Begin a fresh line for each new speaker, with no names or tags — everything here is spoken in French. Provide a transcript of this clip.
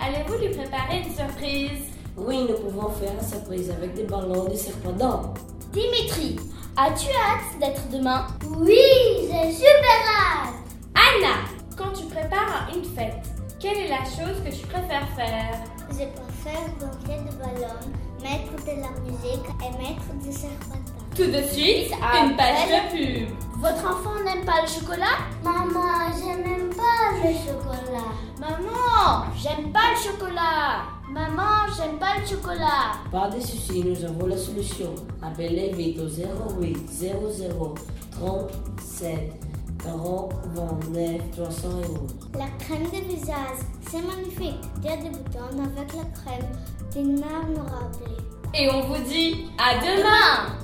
Allez-vous lui préparer une surprise
Oui, nous pouvons faire une surprise avec des ballons, des serpents d'or.
Dimitri, as-tu hâte d'être demain
Oui, j'ai super hâte.
Anna, quand tu prépares une fête, quelle est la chose que tu préfères faire
Je préfère gonfler de ballons, mettre de la musique et mettre des serpentins.
Tout de suite,
Ah,
une page de pub.
Votre enfant n'aime pas le chocolat
Maman, je n'aime pas le chocolat.
Maman, j'aime pas le chocolat Maman, j'aime pas le chocolat
Pas de soucis, nous avons la solution. Appelez vite au 08 00 37 40 29 311.
La crème de visage, c'est magnifique. Des débutants avec la crème, des nains nous rappeler.
Et on vous dit à demain